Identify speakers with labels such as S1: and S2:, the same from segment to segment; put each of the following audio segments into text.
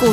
S1: 股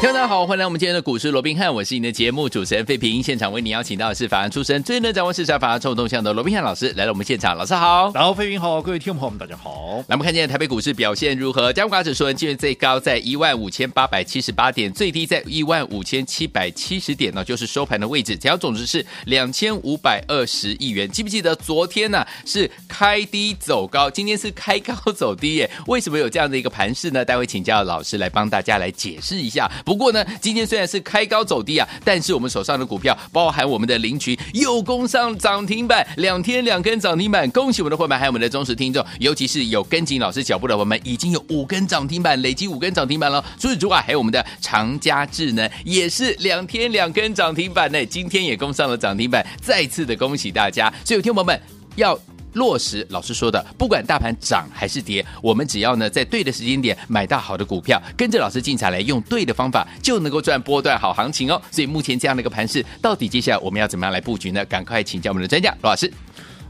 S2: 听众大家好，欢迎来我们今天的股市罗宾汉，我是你的节目主持人费平。现场为你邀请到的是法案出身、最能掌握市场法案臭动向的罗宾汉老师来到我们现场，老师好。
S3: 然后，飞云好，各位听众朋友们，大家好。
S2: 来，我们看见台北股市表现如何？加权指数今日最高在一万五千八百七十八点，最低在一万五千七百七十点呢，就是收盘的位置。成交总值是两千五百二十亿元。记不记得昨天呢、是开低走高，今天是开高走低耶？为什么有这样的一个盘势呢？待会请教老师来帮大家来解释一下。不过呢，今天虽然是开高走低啊，但是我们手上的股票，包含我们的林群又攻上涨停板，两天两根涨停板，恭喜我们的会员还有我们的忠实听众，尤其是有跟紧老师脚步的我们，已经有五根涨停板，累积五根涨停板了。除此之外，还有我们的长嘉智能也是两天两根涨停板呢，今天也攻上了涨停板，再次的恭喜大家。所以，听众朋友们要。落实老师说的，不管大盘涨还是跌，我们只要呢在对的时间点买到好的股票，跟着老师进场来，用对的方法就能够赚波段好行情哦。所以目前这样的一个盘势，到底接下来我们要怎么样来布局呢？赶快请教我们的专家罗老师。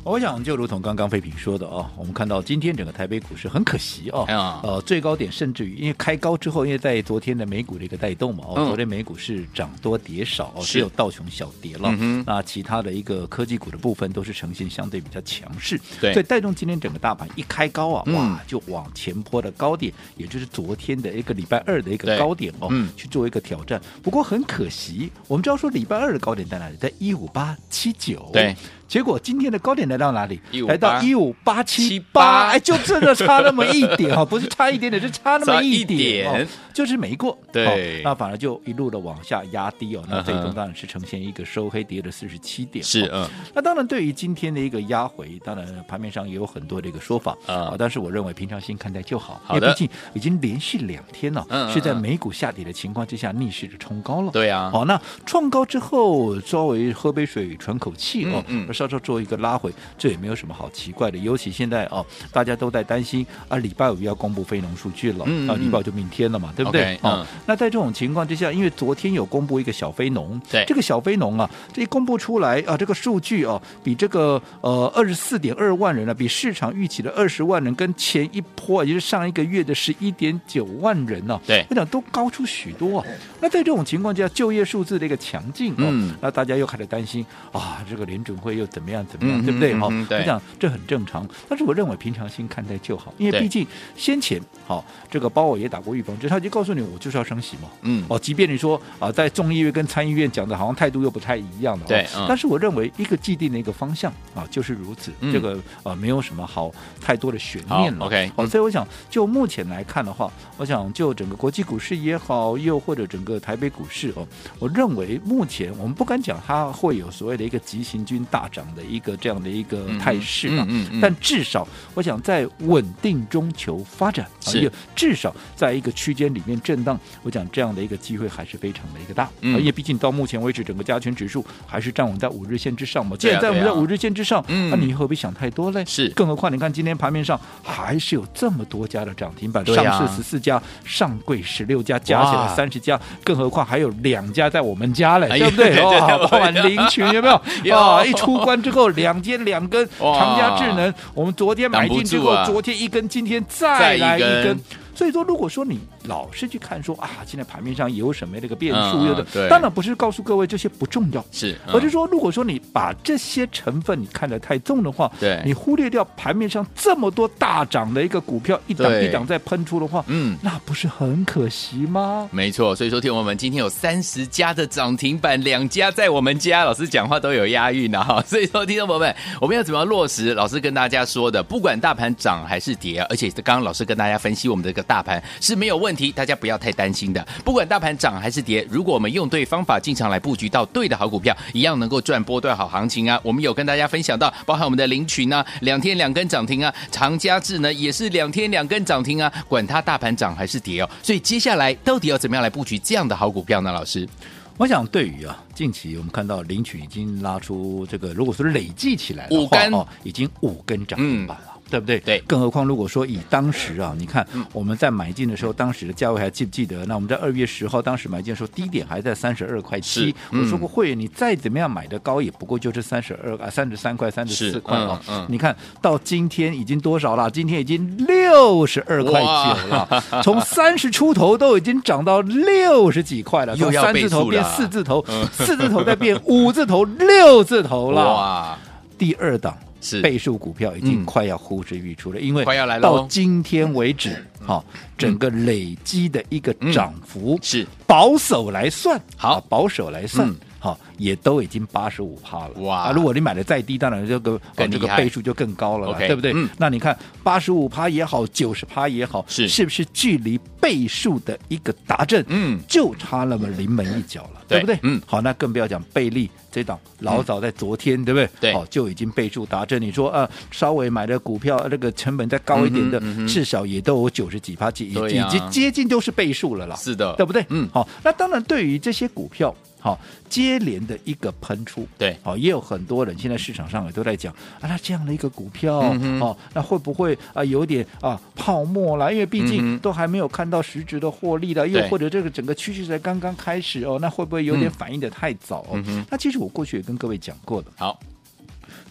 S3: 我想就如同刚刚飞平说的哦，我们看到今天整个台北股市很可惜哦，
S2: 啊
S3: 呃，最高点甚至于因为开高之后，因为在昨天的美股的一个带动嘛，哦，
S2: 嗯
S3: 昨天美股是涨多跌少，哦、
S2: 是
S3: 只有道琼小跌了，
S2: 嗯哼
S3: 那其他的一个科技股的部分都是呈现相对比较强势，
S2: 对
S3: 所以带动今天整个大盘一开高啊，
S2: 嗯
S3: 哇，就往前坡的高点，也就是昨天的一个礼拜二的
S2: 对
S3: 一个高点哦，
S2: 嗯
S3: 去做一个挑战。不过很可惜，我们知道说礼拜二的高点在哪里，在一五八七九，
S2: 对。
S3: 结果今天的高点来到哪里？
S2: 158
S3: 来到一五八七
S2: 78
S3: 八，哎，就真的差那么一 点哦，不是差一点点，是差那么一点，
S2: 差一点
S3: 哦、就是没过。
S2: 对
S3: 哦那反而就一路的往下压低哦，那最
S2: 嗯
S3: 终
S2: 哼
S3: 当然是呈现一个收黑，跌了四十七点、
S2: 是嗯
S3: 哦那当然对于今天的一个压回，当然盘面上也有很多的一个说法哦
S2: 啊
S3: 但是我认为平常心看待就好，
S2: 好
S3: 因
S2: 的
S3: 为毕竟已经连续两天了、
S2: 嗯嗯
S3: 是在
S2: 嗯
S3: 美股下跌的情况之下逆势的冲高了。
S2: 对啊，
S3: 好，那创高之后稍微喝杯水喘口气哦，
S2: 嗯嗯
S3: 稍稍做一个拉回，这也没有什么好奇怪的。尤其现在哦，大家都在担心啊，礼拜五要公布非农数据了，
S2: 嗯嗯
S3: 啊，礼拜五就明天了嘛，对不对
S2: OK，？嗯
S3: 哦，那在这种情况之下，因为昨天有公布一个小非农，
S2: 对
S3: 这个小非农啊，这一公布出来啊，这个数据哦、比这个呃二十四点二万人啊，比市场预期的二十万人跟前一波，也就是上一个月的十一点九万人啊呢、
S2: 对
S3: 我讲都高出许多啊。那在这种情况下，就业数字的一个强劲哦，
S2: 嗯
S3: 那大家又开始担心啊，这个联准会又怎么样怎么样，
S2: 嗯哼
S3: 对不对？
S2: 嗯
S3: 哈、
S2: 哼对
S3: 我讲这很正常，但是我认为平常心看待就好，因为
S2: 对
S3: 毕竟先前好、这个鲍尔也打过预防针，他就告诉你我就是要升息嘛。
S2: 嗯，
S3: 哦，即便你说啊，在众议院跟参议院讲的好像态度又不太一样的，
S2: 对
S3: 哦
S2: 嗯
S3: 但是我认为一个既定的一个方向啊，就是如此，
S2: 嗯
S3: 这个呃没有什么好太多的悬念
S2: 好
S3: 了。
S2: ，OK，
S3: 哦，
S2: 嗯
S3: 所以我想就目前来看的话，我想就整个国际股市也好，又或者整个台北股市哦，我认为目前我们不敢讲它会有所谓的一个急行军大涨的一个这样的一个
S2: 嗯
S3: 态势啊，
S2: 嗯嗯
S3: 但至少我想在稳定中求发展，啊
S2: 是
S3: 也至少在一个区间里面震荡，我讲这样的一个机会还是非常的一个大，
S2: 嗯
S3: 啊因为毕竟到目前为止，整个加权指数还是站稳在五日线之上嘛，既
S2: 对啊
S3: 然在我们
S2: 对
S3: 在
S2: 啊
S3: 五日线之上，
S2: 嗯
S3: 那你何必想太多嘞？
S2: 是
S3: 更何况你看今天盘面上还是有这么多家的涨停板，
S2: 对啊
S3: 上市十四家，上柜十六家，加起来
S2: 哇
S3: 三十家，更何况还有两家在我们家嘞，
S2: 哎呀
S3: 对不对？ 哦
S2: 对对对
S3: 包含林群有没有？
S2: 有
S3: 哇，一出关之后，两间两根
S2: 哇
S3: 长家智能，我们昨天买进之后
S2: 挡不住啊，
S3: 昨天一根，今天再来一
S2: 再一根
S3: 根。所以说，如果说你老是去看说啊，现在盘面上有什么那个变数，
S2: 嗯
S3: 有的
S2: 嗯对
S3: 当然不是告诉各位这些不重要，
S2: 是，嗯
S3: 而是说，如果说你把这些成分你看得太重的话，
S2: 对
S3: 你忽略掉盘面上这么多大涨的一个股票，一档
S2: 对
S3: 一档在喷出的话，
S2: 嗯。
S3: 那不是很可惜吗？
S2: 没错，所以说听我们今天有三十家的涨停板，两家在我们家，老师讲话都有押韵的、哈。所以说，听众朋友们，我们要怎么样落实老师跟大家说的？不管大盘涨还是跌，而且刚刚老师跟大家分析我们的这个大盘是没有问题，大家不要太担心的。不管大盘涨还是跌，如果我们用对方法进场来布局到对的好股票，一样能够赚波段好行情啊。我们有跟大家分享到，包含我们的林群啊，两天两根涨停啊，长嘉智呢也是两天两根涨停啊，管它大盘涨还是跌哦。所以接下来到底要怎么样来布局这样的好股票呢？老师，
S3: 我想，对于啊，近期我们看到领取已经拉出这个，如果说累计起来的话
S2: 五根嗯
S3: 哦，已经五根涨停板了。对不对？
S2: 对嗯
S3: 更何况如果说以当时啊，你看我们在买进的时候，当时的价位还记不记得？那我们在二月十号当时买进的时候，低点还在三十二块
S2: 是嗯
S3: 七。我说过会员，你再怎么样买的高，也不过就是三十二啊，三十三块、三十
S2: 是
S3: 四块啊。
S2: 嗯嗯
S3: 你看到今天已经多少了？今天已经六十二块九了，从三十出头都已经涨到六十几块了，
S2: 又
S3: 从
S2: 要
S3: 三
S2: 倍
S3: 字头
S2: 数
S3: 变
S2: 了嗯
S3: 四字头，四字头再变五字头、六字头了。
S2: 哇，
S3: 第二档
S2: 是
S3: 倍数股票已经
S2: 嗯
S3: 快要呼之欲出了，因为
S2: 快要来了哦嗯
S3: 到今天为止，哈、整个累积的一个涨幅、
S2: 是
S3: 保守来算，
S2: 好
S3: 啊保守来算
S2: 嗯。
S3: 好，也都已经八十五趴了
S2: 哇
S3: 啊如果你买的再低，当然这个
S2: 更
S3: 呃这
S2: 厉
S3: 个
S2: 害
S3: 倍数就更高了啦
S2: OK，
S3: 对不对
S2: 嗯？
S3: 那你看八十五趴也好，九十趴也好，
S2: 是
S3: 是不是距离倍数的一个达阵，
S2: 嗯
S3: 就差那么临门一脚了，
S2: 对
S3: 对不对？
S2: 嗯
S3: 好，那更不要讲贝利这档，老早在昨天，对不对？
S2: 对
S3: 好，就已经倍数达阵。你说啊，呃稍微买的股票呃这个成本再高一点的，
S2: 嗯哼嗯哼
S3: 至少也都有九十几趴，已
S2: 对
S3: 已
S2: 呀
S3: 经接近都是倍数了啦。
S2: 是的，
S3: 对不对？
S2: 嗯
S3: 好，那当然，对于这些股票，好接连的一个喷出，
S2: 对
S3: 好，哦也有很多人现在市场上也都在讲啊，那这样的一个股票，
S2: 嗯哼
S3: 哦，那会不会啊有点啊泡沫啦？因为毕
S2: 嗯
S3: 竟
S2: 哼
S3: 都还没有看到实质的获利的，又
S2: 对
S3: 或者这个整个趋势才刚刚开始哦，那会不会有点反应的太早、哦
S2: 嗯哼
S3: 那其实我过去也跟各位讲过的，
S2: 好，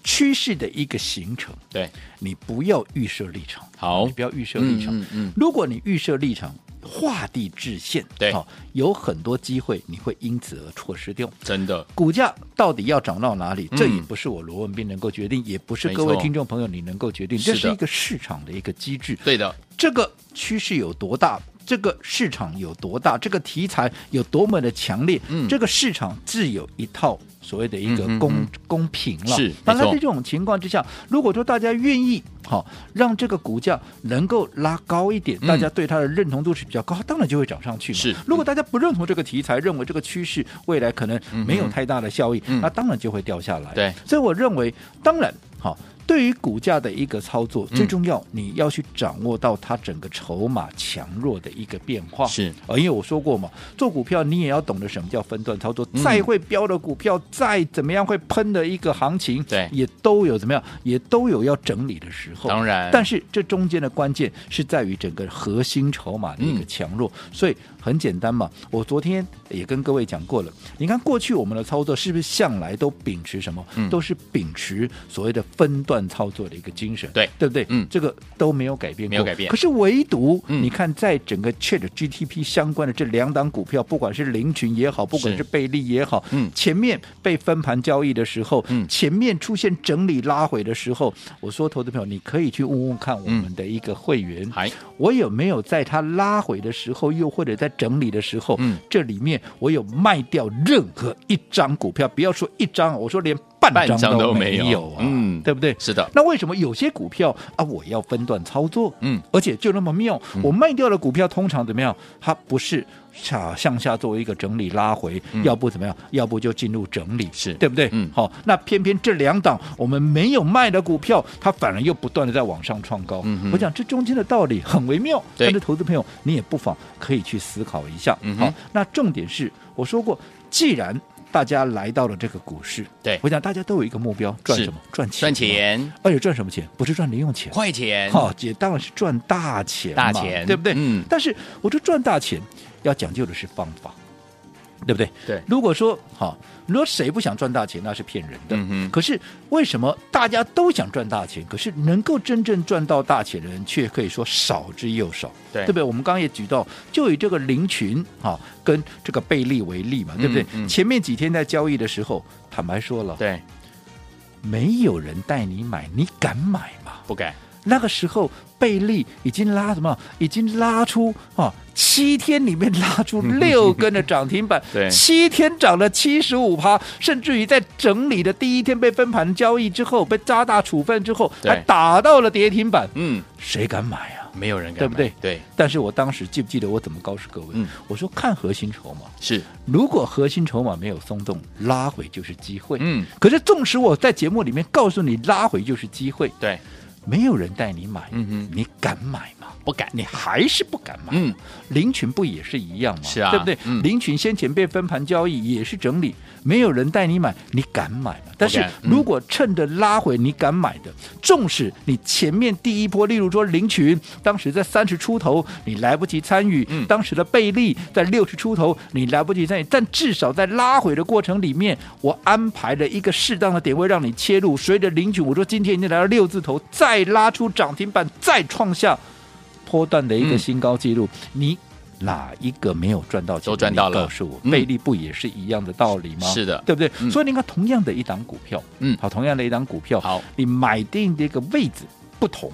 S3: 趋势的一个形成，
S2: 对，
S3: 你不要预设立场，
S2: 好
S3: 你不要预设立场，
S2: 哦嗯嗯嗯
S3: 如果你预设立场，画地制限，
S2: 对
S3: 好、有很多机会你会因此而错失掉。
S2: 真的
S3: 股价到底要涨到哪里？
S2: 嗯
S3: 这也不是我罗文斌能够决定，也不是
S2: 没
S3: 各位
S2: 错
S3: 听众朋友你能够决定，
S2: 是
S3: 这
S2: 的
S3: 是一个市场的一个机制。
S2: 对的，
S3: 这个趋势有多大，这个市场有多大，这个题材有多么的强烈，
S2: 嗯
S3: 这个市场自有一套所谓的一个
S2: 嗯嗯
S3: 公、
S2: 嗯
S3: 公平了。
S2: 是
S3: 当然
S2: 没错
S3: 在这种情况之下，如果说大家愿意好、让这个股价能够拉高一点，
S2: 嗯
S3: 大家对它的认同度是比较高，当然就会涨上去嘛。
S2: 是
S3: 如果大家不认同这个题材，认为这个趋势未来可能没有太大的效益，
S2: 嗯
S3: 那当然就会掉下来。
S2: 对
S3: 所以我认为，当然好。对于股价的一个操作，
S2: 嗯
S3: 最重要你要去掌握到它整个筹码强弱的一个变化。
S2: 是
S3: 呃，因为我说过嘛，做股票你也要懂得什么叫分段操作。
S2: 嗯
S3: 再会飙的股票，再怎么样会喷的一个行情，
S2: 对
S3: 也都有怎么样，也都有要整理的时候。
S2: 当然，
S3: 哦但
S2: 是
S3: 是这中间的关键是在于整个核心筹码的一个强弱，
S2: 嗯
S3: 所以很简单嘛。我昨天也跟各位讲过了，你看过去我们的操作是不是向来都秉持什么？
S2: 嗯
S3: 都是秉持所谓的分段操作的一个精神，
S2: 对
S3: 对不对？
S2: 嗯
S3: 这个都没有改变过，
S2: 没有改变
S3: 可是唯独、
S2: 嗯
S3: 你看，在整个 Chat GTP 相关的这两档股票，不管是林群也好，不管
S2: 是
S3: 是贝利也好，
S2: 嗯
S3: 前面被分盘交易的时候，
S2: 嗯
S3: 前面出现整理拉回的时候，我说投资朋友，你可以去问问看我们的一个会员，
S2: 还
S3: 我有没有在它拉回的时候，又或者在整理的时候，
S2: 嗯
S3: 这里面我有卖掉任何一张股票，不要说一张，我说连半
S2: 半张
S3: 张
S2: 都没
S3: 没
S2: 有
S3: 啊，
S2: 嗯
S3: 对不对？
S2: 是的，
S3: 那为什么有些股票啊，我要分段操作？
S2: 嗯，
S3: 而且就那么妙，我卖掉的股票通常怎么样？它不是向向下作为一个整理拉回，要不怎么样？要不就进入整理，
S2: 嗯是
S3: 对不对？
S2: 嗯
S3: 好，那偏偏这两档我们没有卖的股票，它反而又不断的在往上创高。
S2: 嗯哼
S3: 我讲这中间的道理很微妙，
S2: 对
S3: 但是投资朋友你也不妨可以去思考一下。
S2: 嗯哼
S3: 好，那重点是我说过，既然大家来到了这个股市，
S2: 对
S3: 我讲大家都有一个目标，赚
S2: 是
S3: 什么？赚钱，
S2: 赚，钱
S3: 而且赚什么钱？不是赚零用钱，
S2: 快钱，
S3: 好、也当然是赚大钱嘛，
S2: 哦大钱
S3: 哦对不对？
S2: 嗯
S3: 但是我说赚大钱要讲究的是方法，对不对？
S2: 对
S3: 如果说好，你说谁不想赚大钱，那是骗人的。
S2: 嗯哼
S3: 可是为什么大家都想赚大钱，可是能够真正赚到大钱的人，却可以说少之又少，
S2: 对
S3: 不对？我们刚刚也举到，就以这个林群啊、跟这个贝利为例嘛，对不对？
S2: 嗯嗯
S3: 前面几天在交易的时候，坦白说了，
S2: 对，
S3: 没有人带你买，你敢买吗？
S2: 不改，
S3: 那个时候贝利已经拉什么？已经拉出啊，七天里面拉 出六根的涨停板，
S2: 对
S3: 七天涨了七十五趴，甚至于在整理的第一天被分盘交易之后，被加大处分之后，
S2: 对
S3: 还打到了跌停板，
S2: 嗯，
S3: 谁敢买啊？
S2: 没有人敢
S3: 对不
S2: 买
S3: 对
S2: 对，
S3: 但是我当时记不记得我怎么告诉各位？
S2: 嗯
S3: 我说看核心筹码，
S2: 是，
S3: 如果核心筹码没有松动，拉回就是机会。
S2: 嗯，
S3: 可是纵使我在节目里面告诉你拉回就是机会，
S2: 对，
S3: 没有人带你买，
S2: 嗯哼
S3: 你敢买吗？
S2: 不敢
S3: 你还是不敢买。
S2: 嗯，
S3: 林群不也是一样吗？
S2: 是啊
S3: 对不对？
S2: 嗯
S3: 林群先前被分盘交易也是整理，没有人带你买，你敢买吗？但是
S2: 嗯
S3: 如果趁着拉回你敢买的，纵使你前面第一波，例如说林群当时在三十出头，你来不及参与；
S2: 嗯
S3: 当时的贝利在六十出头，你来不及参与。但至少在拉回的过程里面，我安排了一个适当的点位让你切入。随着林群，我说今天已经来到六字头，再拉出涨停板，再创下波段的一个
S2: 嗯
S3: 新高纪录，你。哪一个没有赚到钱？
S2: 都赚到了
S3: 你告诉我，
S2: 嗯
S3: 贝利不也是一样的道理吗？
S2: 是的
S3: 对不对？
S2: 嗯
S3: 所以你看，同样的一档股票，
S2: 嗯
S3: 好，同样的一档股票，
S2: 好，
S3: 你买定这个位置不同，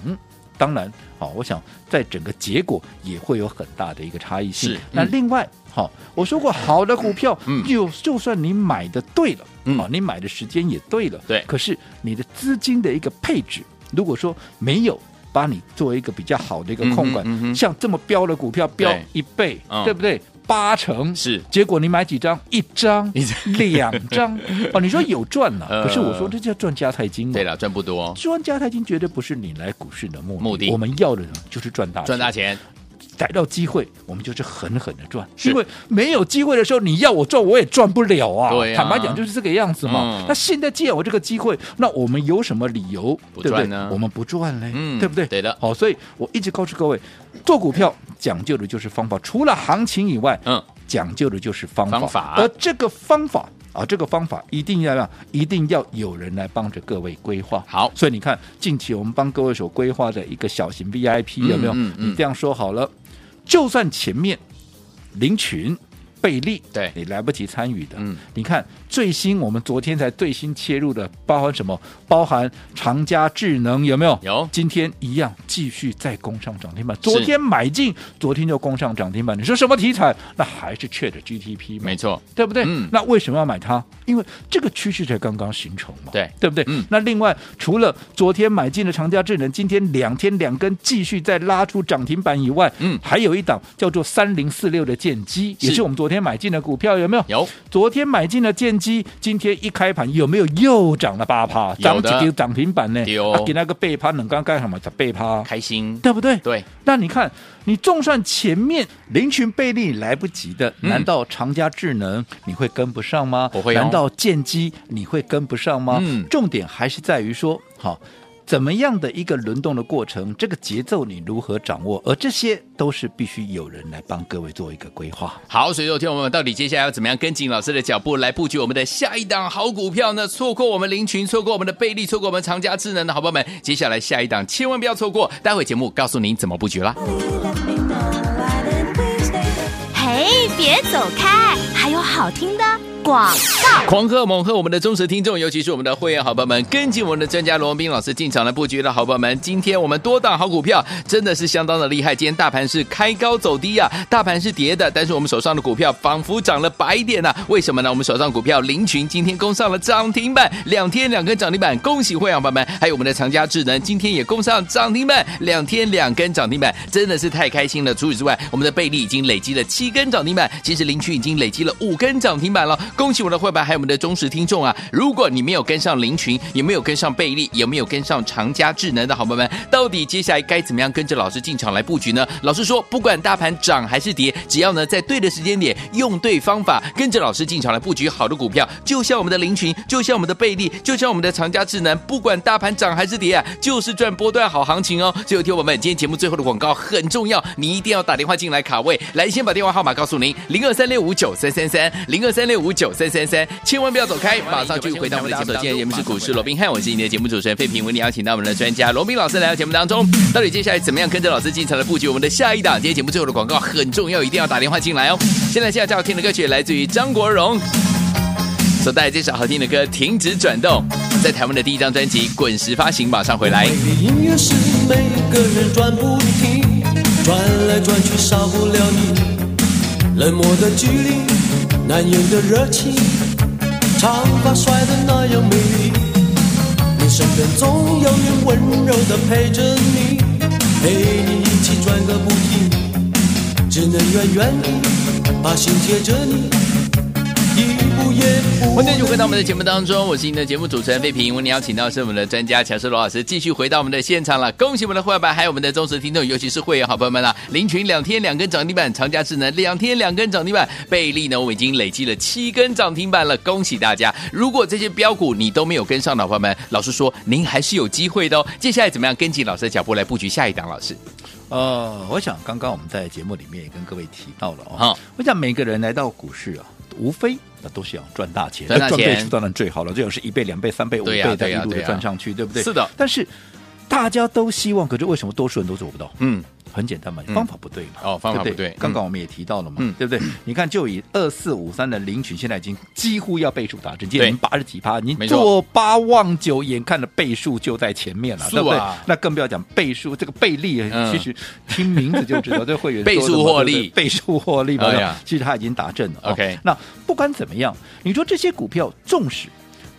S3: 当然，好，我想在整个结果也会有很大的一个差异性。
S2: 是嗯
S3: 那另外，好，我说过，好的股票，
S2: 嗯
S3: 就就算你买的对了，哦
S2: 嗯
S3: 好，你买的时间也对了，
S2: 对
S3: 可是你的资金的一个配置，如果说没有。把你作为一个比较好的一个控管，
S2: 嗯哼嗯哼
S3: 像这么标的股票标
S2: 对
S3: 一倍，
S2: 嗯
S3: 对不对？八成
S2: 是
S3: 结果你买几张？一张
S2: 一张、
S3: 两张哦，你说有赚了、
S2: 呃
S3: 可是我说这叫赚加太金嘛。
S2: 对了，赚不多，
S3: 赚加太金绝对不是你来股市的目的，
S2: 目的
S3: 我们要的呢就是赚大
S2: 赚大，钱，
S3: 逮到机会我们就是狠狠的赚，
S2: 是
S3: 因为没有机会的时候你要我赚我也赚不了啊。
S2: 对啊
S3: 坦白讲就是这个样子嘛。
S2: 嗯
S3: 那现在既然有这个机会，那我们有什么理由
S2: 不
S3: 对不对
S2: 赚呢？
S3: 我们不赚嘞，
S2: 嗯
S3: 对不对？
S2: 对的
S3: 好，所以我一直告诉各位，做股票讲究的就是方法，除了行情以外，
S2: 嗯，
S3: 讲究的就是方法，
S2: 方法
S3: 而这个方法啊，这个方法一定要让，一定要有人来帮着各位规划。
S2: 好
S3: 所以你看，近期我们帮各位所规划的一个小型 VIP
S2: 嗯
S3: 有没有？
S2: 嗯嗯
S3: 你这样说好了，就算前面林群。贝利，
S2: 对
S3: 你来不及参与的，
S2: 嗯
S3: 你看最新，我们昨天才最新切入的，包含什么？包含长嘉智能有没有？
S2: 有
S3: 今天一样继续再攻上涨停板。
S2: 是
S3: 昨天买进，昨天就攻上涨停板。你说什么题材？那还是 Chat GTP 嘛
S2: 没，错，
S3: 对不对？
S2: 嗯
S3: 那为什么要买它？因为这个趋势才刚刚形成嘛，
S2: 对
S3: 对不对？
S2: 嗯
S3: 那另外，除了昨天买进的长嘉智能，今天两天两根继续再拉出涨停板以外，
S2: 嗯
S3: 还有一档叫做三零四六的剑机，也
S2: 是
S3: 是我们昨天买进的股票，有没有？
S2: 有
S3: 昨天买进了剑机，今天一开盘有没有又涨了八趴？
S2: 有
S3: 涨
S2: 的
S3: 几个涨停板呢？
S2: 对哦
S3: 啊给那个背趴，能刚干什么？咋背趴？
S2: 开心，
S3: 对不对？
S2: 对，
S3: 那你看，你纵算前面林群贝利来不及的，
S2: 嗯
S3: 难道长嘉智能你会跟不上吗？
S2: 不会哦
S3: 难道剑机你会跟不上吗？
S2: 嗯
S3: 重点还是在于说，好。怎么样的一个轮动的过程，这个节奏你如何掌握？而这些都是必须有人来帮各位做一个规划。
S2: 好，所以说，听我们到底接下来要怎么样跟紧老师的脚步来布局我们的下一档好股票呢？错过我们林群，错过我们的贝利，错过我们长嘉智能的好朋友们，接下来下一档千万不要错过，待会节目告诉您怎么布局啦。
S1: 嘿，别走开，还有好听的广。
S2: 狂贺猛贺我们的忠实听众，尤其是我们的会员好朋友们，跟紧我们的专家罗文斌老师进场来布局的好朋友们，今天我们多档好股票真的是相当的厉害。今天大盘是开高走低啊，大盘是跌的，但是我们手上的股票仿佛涨了百点呐、为什么呢？我们手上股票林群今天攻上了涨停板，两天两根涨停板，恭喜会员好朋友们，还有我们的长嘉智能今天也攻上涨停板，两天两根涨停板，真的是太开心了。除此之外，我们的贝利已经累积了七根涨停板，其实林区已经累积了五根涨停板了。恭喜我们的会员，还有我们的忠实听众啊！如果你没有跟上林群，也没有跟上贝利，也没有跟上长嘉智能的好朋友们，到底接下来该怎么样跟着老师进场来布局呢？老师说，不管大盘涨还是跌，只要呢在对的时间点，用对方法，跟着老师进场来布局好的股票，就像我们的林群，就像我们的贝利，就像我们的长嘉智能，不管大盘涨还是跌啊，就是赚波段好行情哦。所以，听我们今天节目最后的广告很重要，你一定要打电话进来卡位。来，先把电话号码告诉您：零二三六五九三三三，零二三六五九三三三，千万不要走开，马上就回到我们的节目。今天节目是股市罗宾汉，我是你的节目主持人费平，为你邀请到我们的专家罗宾老师来到节目当中。到底接下来怎么样跟着老师进场来布局我们的下一档？今天节目最后的广告很重要，一定要打电话进来哦。现在下要听的歌曲来自于张国荣。所带来这首好听的歌《停止转动》，在台湾的第一张专辑《滚石》发行，马上回来。
S4: 美丽音乐是每个人转不停，转来转去少不了你。冷漠的距离，难言的热情，长发甩得那样美丽。你身边总有人温柔的陪着你，陪你一起转个不停。只能远远地把心贴着你，一步也不
S2: 欢迎继续回到我们的节目当中，我是您的节目主持人费平。我们邀请到是我们的专家乔世罗老师，继续回到我们的现场了。恭喜我们的会员们，还有我们的忠实听众，尤其是会员好朋友们啊！林群两天两根涨停板，长嘉智能两天两根涨停板，贝利呢我们已经累积了七根涨停板了，恭喜大家！如果这些标股你都没有跟上的朋友们，老师说您还是有机会的哦。接下来怎么样跟紧老师的脚步来布局下一档？老师，
S3: 呃，我想刚刚我们在节目里面也跟各位提到了哦，
S2: 好
S3: 我想每个人来到股市啊，无非。那都是要赚大钱，
S2: 赚大钱
S3: 那倍数当然最好了，最好是一倍、两倍、三倍、五
S2: 对
S3: 倍
S2: 呀
S3: 的
S2: 对
S3: 一
S2: 呀
S3: 路
S2: 对
S3: 的
S2: 呀
S3: 赚上去，对不对？
S2: 是的
S3: 但是大家都希望，可是为什么多数人都做不到？
S2: 嗯，
S3: 很简单嘛，
S2: 嗯
S3: 方法不对嘛。
S2: 哦方法
S3: 对
S2: 不对嗯
S3: 刚刚我们也提到了嘛，
S2: 嗯
S3: 对不对？你看，就以二四五三的领取，现在已经几乎要倍数打针，今天八十几趴，你
S2: 没错
S3: 做八望九，眼看的倍数就在前面了，
S2: 是
S3: 对不对
S2: 啊？
S3: 那更不要讲倍数，这个倍利
S2: 嗯，
S3: 其实听名字就知道，这会 员
S2: 倍
S3: 说的
S2: 数获
S3: 嘛对不对
S2: 利
S3: 倍数获利嘛
S2: 哎呀。
S3: 其实它已经打正了。哦
S2: OK
S3: 那不管怎么样，你说这些股票，纵使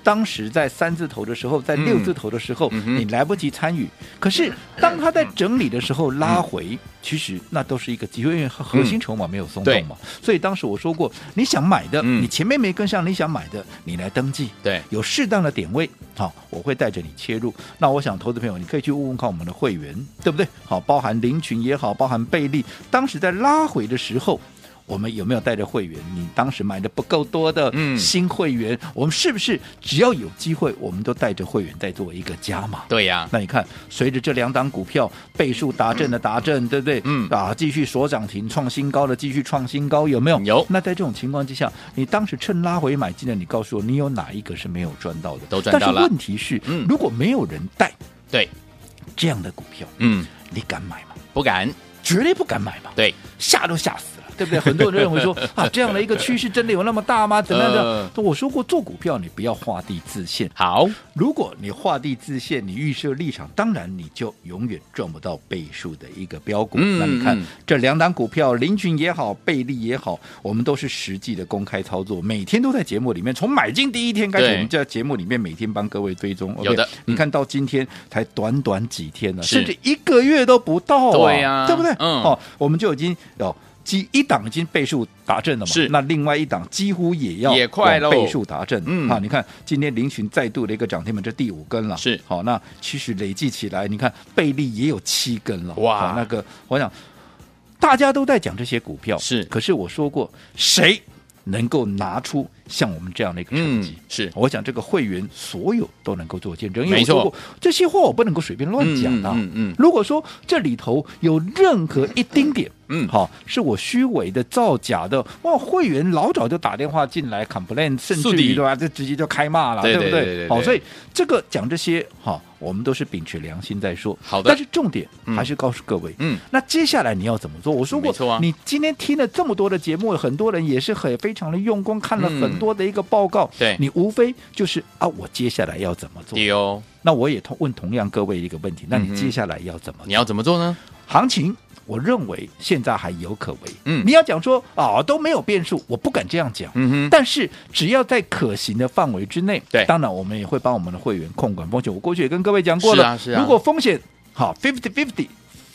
S3: 当时在三字头的时候，在
S2: 嗯
S3: 六字头的时候，
S2: 嗯哼
S3: 你来不及参与。可是当它在整理的时候拉回，
S2: 嗯
S3: 其实那都是一个机会，因为核心筹码没有松动嘛。所以当时我说过，你想买的，
S2: 嗯
S3: 你前面没跟上，你想买的，你来登记。
S2: 对
S3: 有适当的点位，好，我会带着你切入。那我想，投资朋友，你可以去问问看我们的会员，对不对？好，包含林群也好，包含贝利，当时在拉回的时候。我们有没有带着会员？你当时买的不够多的
S2: 嗯
S3: 新会员，我们是不是只要有机会，我们都带着会员再做一个加码？
S2: 对呀、
S3: 那你看，随着这两档股票倍数达阵的达阵，对不对？
S2: 嗯
S3: 啊，继续所涨停创新高的，继续创新高，有没有？
S2: 有
S3: 那在这种情况之下，你当时趁拉回买进的，你告诉我，你有哪一个是没有赚到的？
S2: 都赚到了
S3: 但是问题是，
S2: 嗯
S3: 如果没有人带
S2: 对，
S3: 这样的股票，
S2: 嗯，
S3: 你敢买吗？
S2: 不敢，
S3: 绝对不敢买嘛。
S2: 对，
S3: 吓都吓死了，对不对？很多人认 为说啊，这样的一个趋势真的有那么大吗？怎么样的
S2: 呃？
S3: 我说过，做股票你不要画地自限。
S2: 好，
S3: 如果你画地自限，你预设立场，当然你就永远赚不到倍数的一个标股。
S2: 嗯
S3: 那你看
S2: 嗯
S3: 这两档股票，林群也好，贝利也好，我们都是实际的公开操作，每天都在节目里面，从买进第一天开始，
S2: 对
S3: 我们就在节目里面每天帮各位追踪。
S2: 有的嗯
S3: OK，你看到今天才短短几天呢、
S2: 是
S3: 甚至一个月都不到、啊，
S2: 对呀
S3: 对不对？
S2: 嗯
S3: 哦，我们就已经有。几一档已经倍数达阵了嘛？
S2: 是
S3: 那另外一档几乎也要
S2: 也快
S3: 往
S2: 喽
S3: 倍数达阵。
S2: 嗯
S3: 啊，你看今天林群再度的一个涨停板，这第五根了。
S2: 是
S3: 好，那其实累计起来，你看贝利也有七根了。
S2: 哇
S3: 好那个我想大家都在讲这些股票，
S2: 是
S3: 可是我说过，谁能够拿出像我们这样的一个成
S2: 嗯
S3: 绩？，
S2: 是
S3: 我想这个会员所有都能够做见证，因为
S2: 没
S3: 我
S2: 错
S3: 说过这些话我不能够随便乱讲的啊、
S2: 嗯嗯嗯嗯
S3: 如果说这里头有任何一丁点，
S2: 嗯
S3: 好、是我虚伪的、造假的，哇，会员老早就打电话进来 complain，甚至
S2: 是的
S3: 于对吧，就直接就开骂了，
S2: 对
S3: 不
S2: 对对对对
S3: 好，所以这个讲这些哈、我们都是秉持良心在说。
S2: 好的
S3: 但是重点还是告诉各位，
S2: 嗯
S3: 那接下来你要怎么做？我说过，
S2: 没错啊
S3: 你今天听了这么多的节目，很多人也是很非常的用功，看了
S2: 嗯
S3: 很多的一个报告，
S2: 对
S3: 你无非就是啊，我接下来要怎么做？
S2: 丢，
S3: 那我也同问同样各位一个问题，那
S2: 嗯
S3: 你
S2: 哼
S3: 接下来要怎么做？
S2: 你要怎么做呢？
S3: 行情，我认为现在还有可为。
S2: 嗯
S3: 你要讲说啊、都没有变数，我不敢这样讲。
S2: 嗯哼
S3: 但是只要在可行的范围之内，
S2: 对
S3: 当然我们也会帮我们的会员控管风险。我过去也跟各位讲过了，
S2: 是啊是啊
S3: 如果风险好 fifty fifty，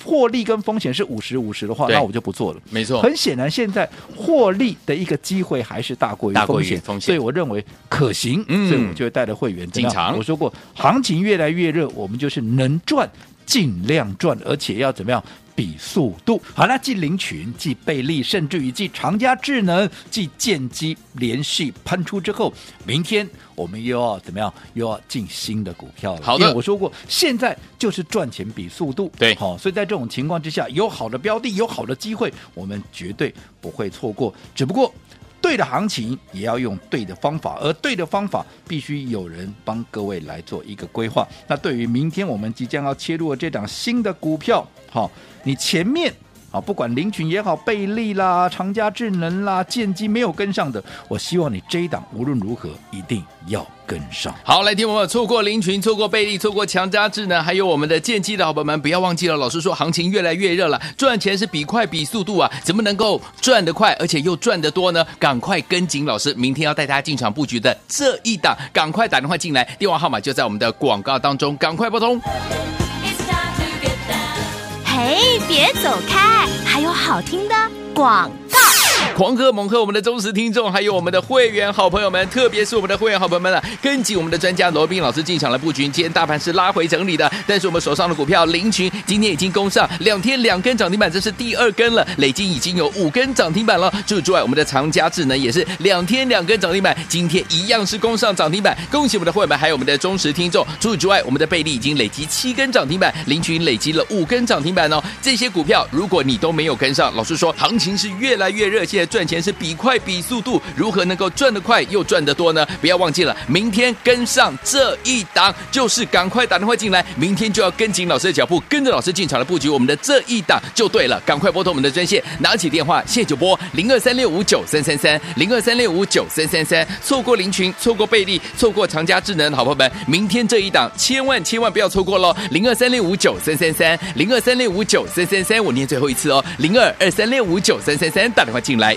S3: 获利跟风险是五十五十的话，
S2: 对
S3: 那我就不做了。
S2: 没错，
S3: 很显然，现在获利的一个机会还是大过于
S2: 大过
S3: 风
S2: 于
S3: 险，
S2: 风险
S3: 所以我认为可行，
S2: 嗯
S3: 所以我就会带着会员
S2: 进场
S3: 怎么样我说过，行情越来越热，我们就是能赚尽量赚，而且要怎么样？比速度好那继林群、继贝利，甚至于继长嘉智能、继建机连续喷出之后，明天我们又要怎么样？又要进新的股票了。
S2: 好的
S3: 因为我说过，现在就是赚钱比速度。
S2: 对
S3: 好、所以在这种情况之下，有好的标的，有好的机会，我们绝对不会错过。只不过。对的行情也要用对的方法，而对的方法必须有人帮各位来做一个规划。那对于明天我们即将要切入的这档新的股票，好、你前面啊，不管林群也好，贝利啦、长嘉智能啦、建机没有跟上的，我希望你这一档无论如何一定要跟上。
S2: 好，来，听我们错过林群，错过贝利，错过强加智能，还有我们的剑机的好朋友们，不要忘记了，老师说行情越来越热了，赚钱是比快比速度啊，怎么能够赚得快，而且又赚得多呢？赶快跟紧老师，明天要带大家进场布局的这一档，赶快打电话进来，电话号码就在我们的广告当中，赶快拨通。
S1: 嘿，别走开，还有好听的广告。
S2: 狂喝猛喝我们的忠实听众，还有我们的会员好朋友们，特别是我们的会员好朋友们啊，跟紧我们的专家罗宾老师进场来布局。今天大盘是拉回整理的，但是我们手上的股票林群今天已经攻上两天两根涨停板，这是第二根了，累计已经有五根涨停板了。除此之外，我们的长嘉智能也是两天两根涨停板，今天一样是攻上涨停板。恭喜我们的会员们，还有我们的忠实听众。除此之外，我们的贝利已经累积七根涨停板，林群累积了五根涨停板哦。这些股票如果你都没有跟上，老实说，行情是越来越热，现在赚钱是比快比速度，如何能够赚得快又赚得多呢？不要忘记了，明天跟上这一档，就是赶快打电话进来，明天就要跟紧老师的脚步，跟着老师进场来布局我们的这一档就对了。赶快拨通我们的专线，拿起电话现就拨零二三六五九三三三零二三六五九三三三，错过林群，错过贝利，错过长嘉智能的好朋友们，明天这一档千万千万不要错过喽！零二三六五九三三三零二三六五九三三三，我念最后一次哦，零二二三六五九三三三，打电话进来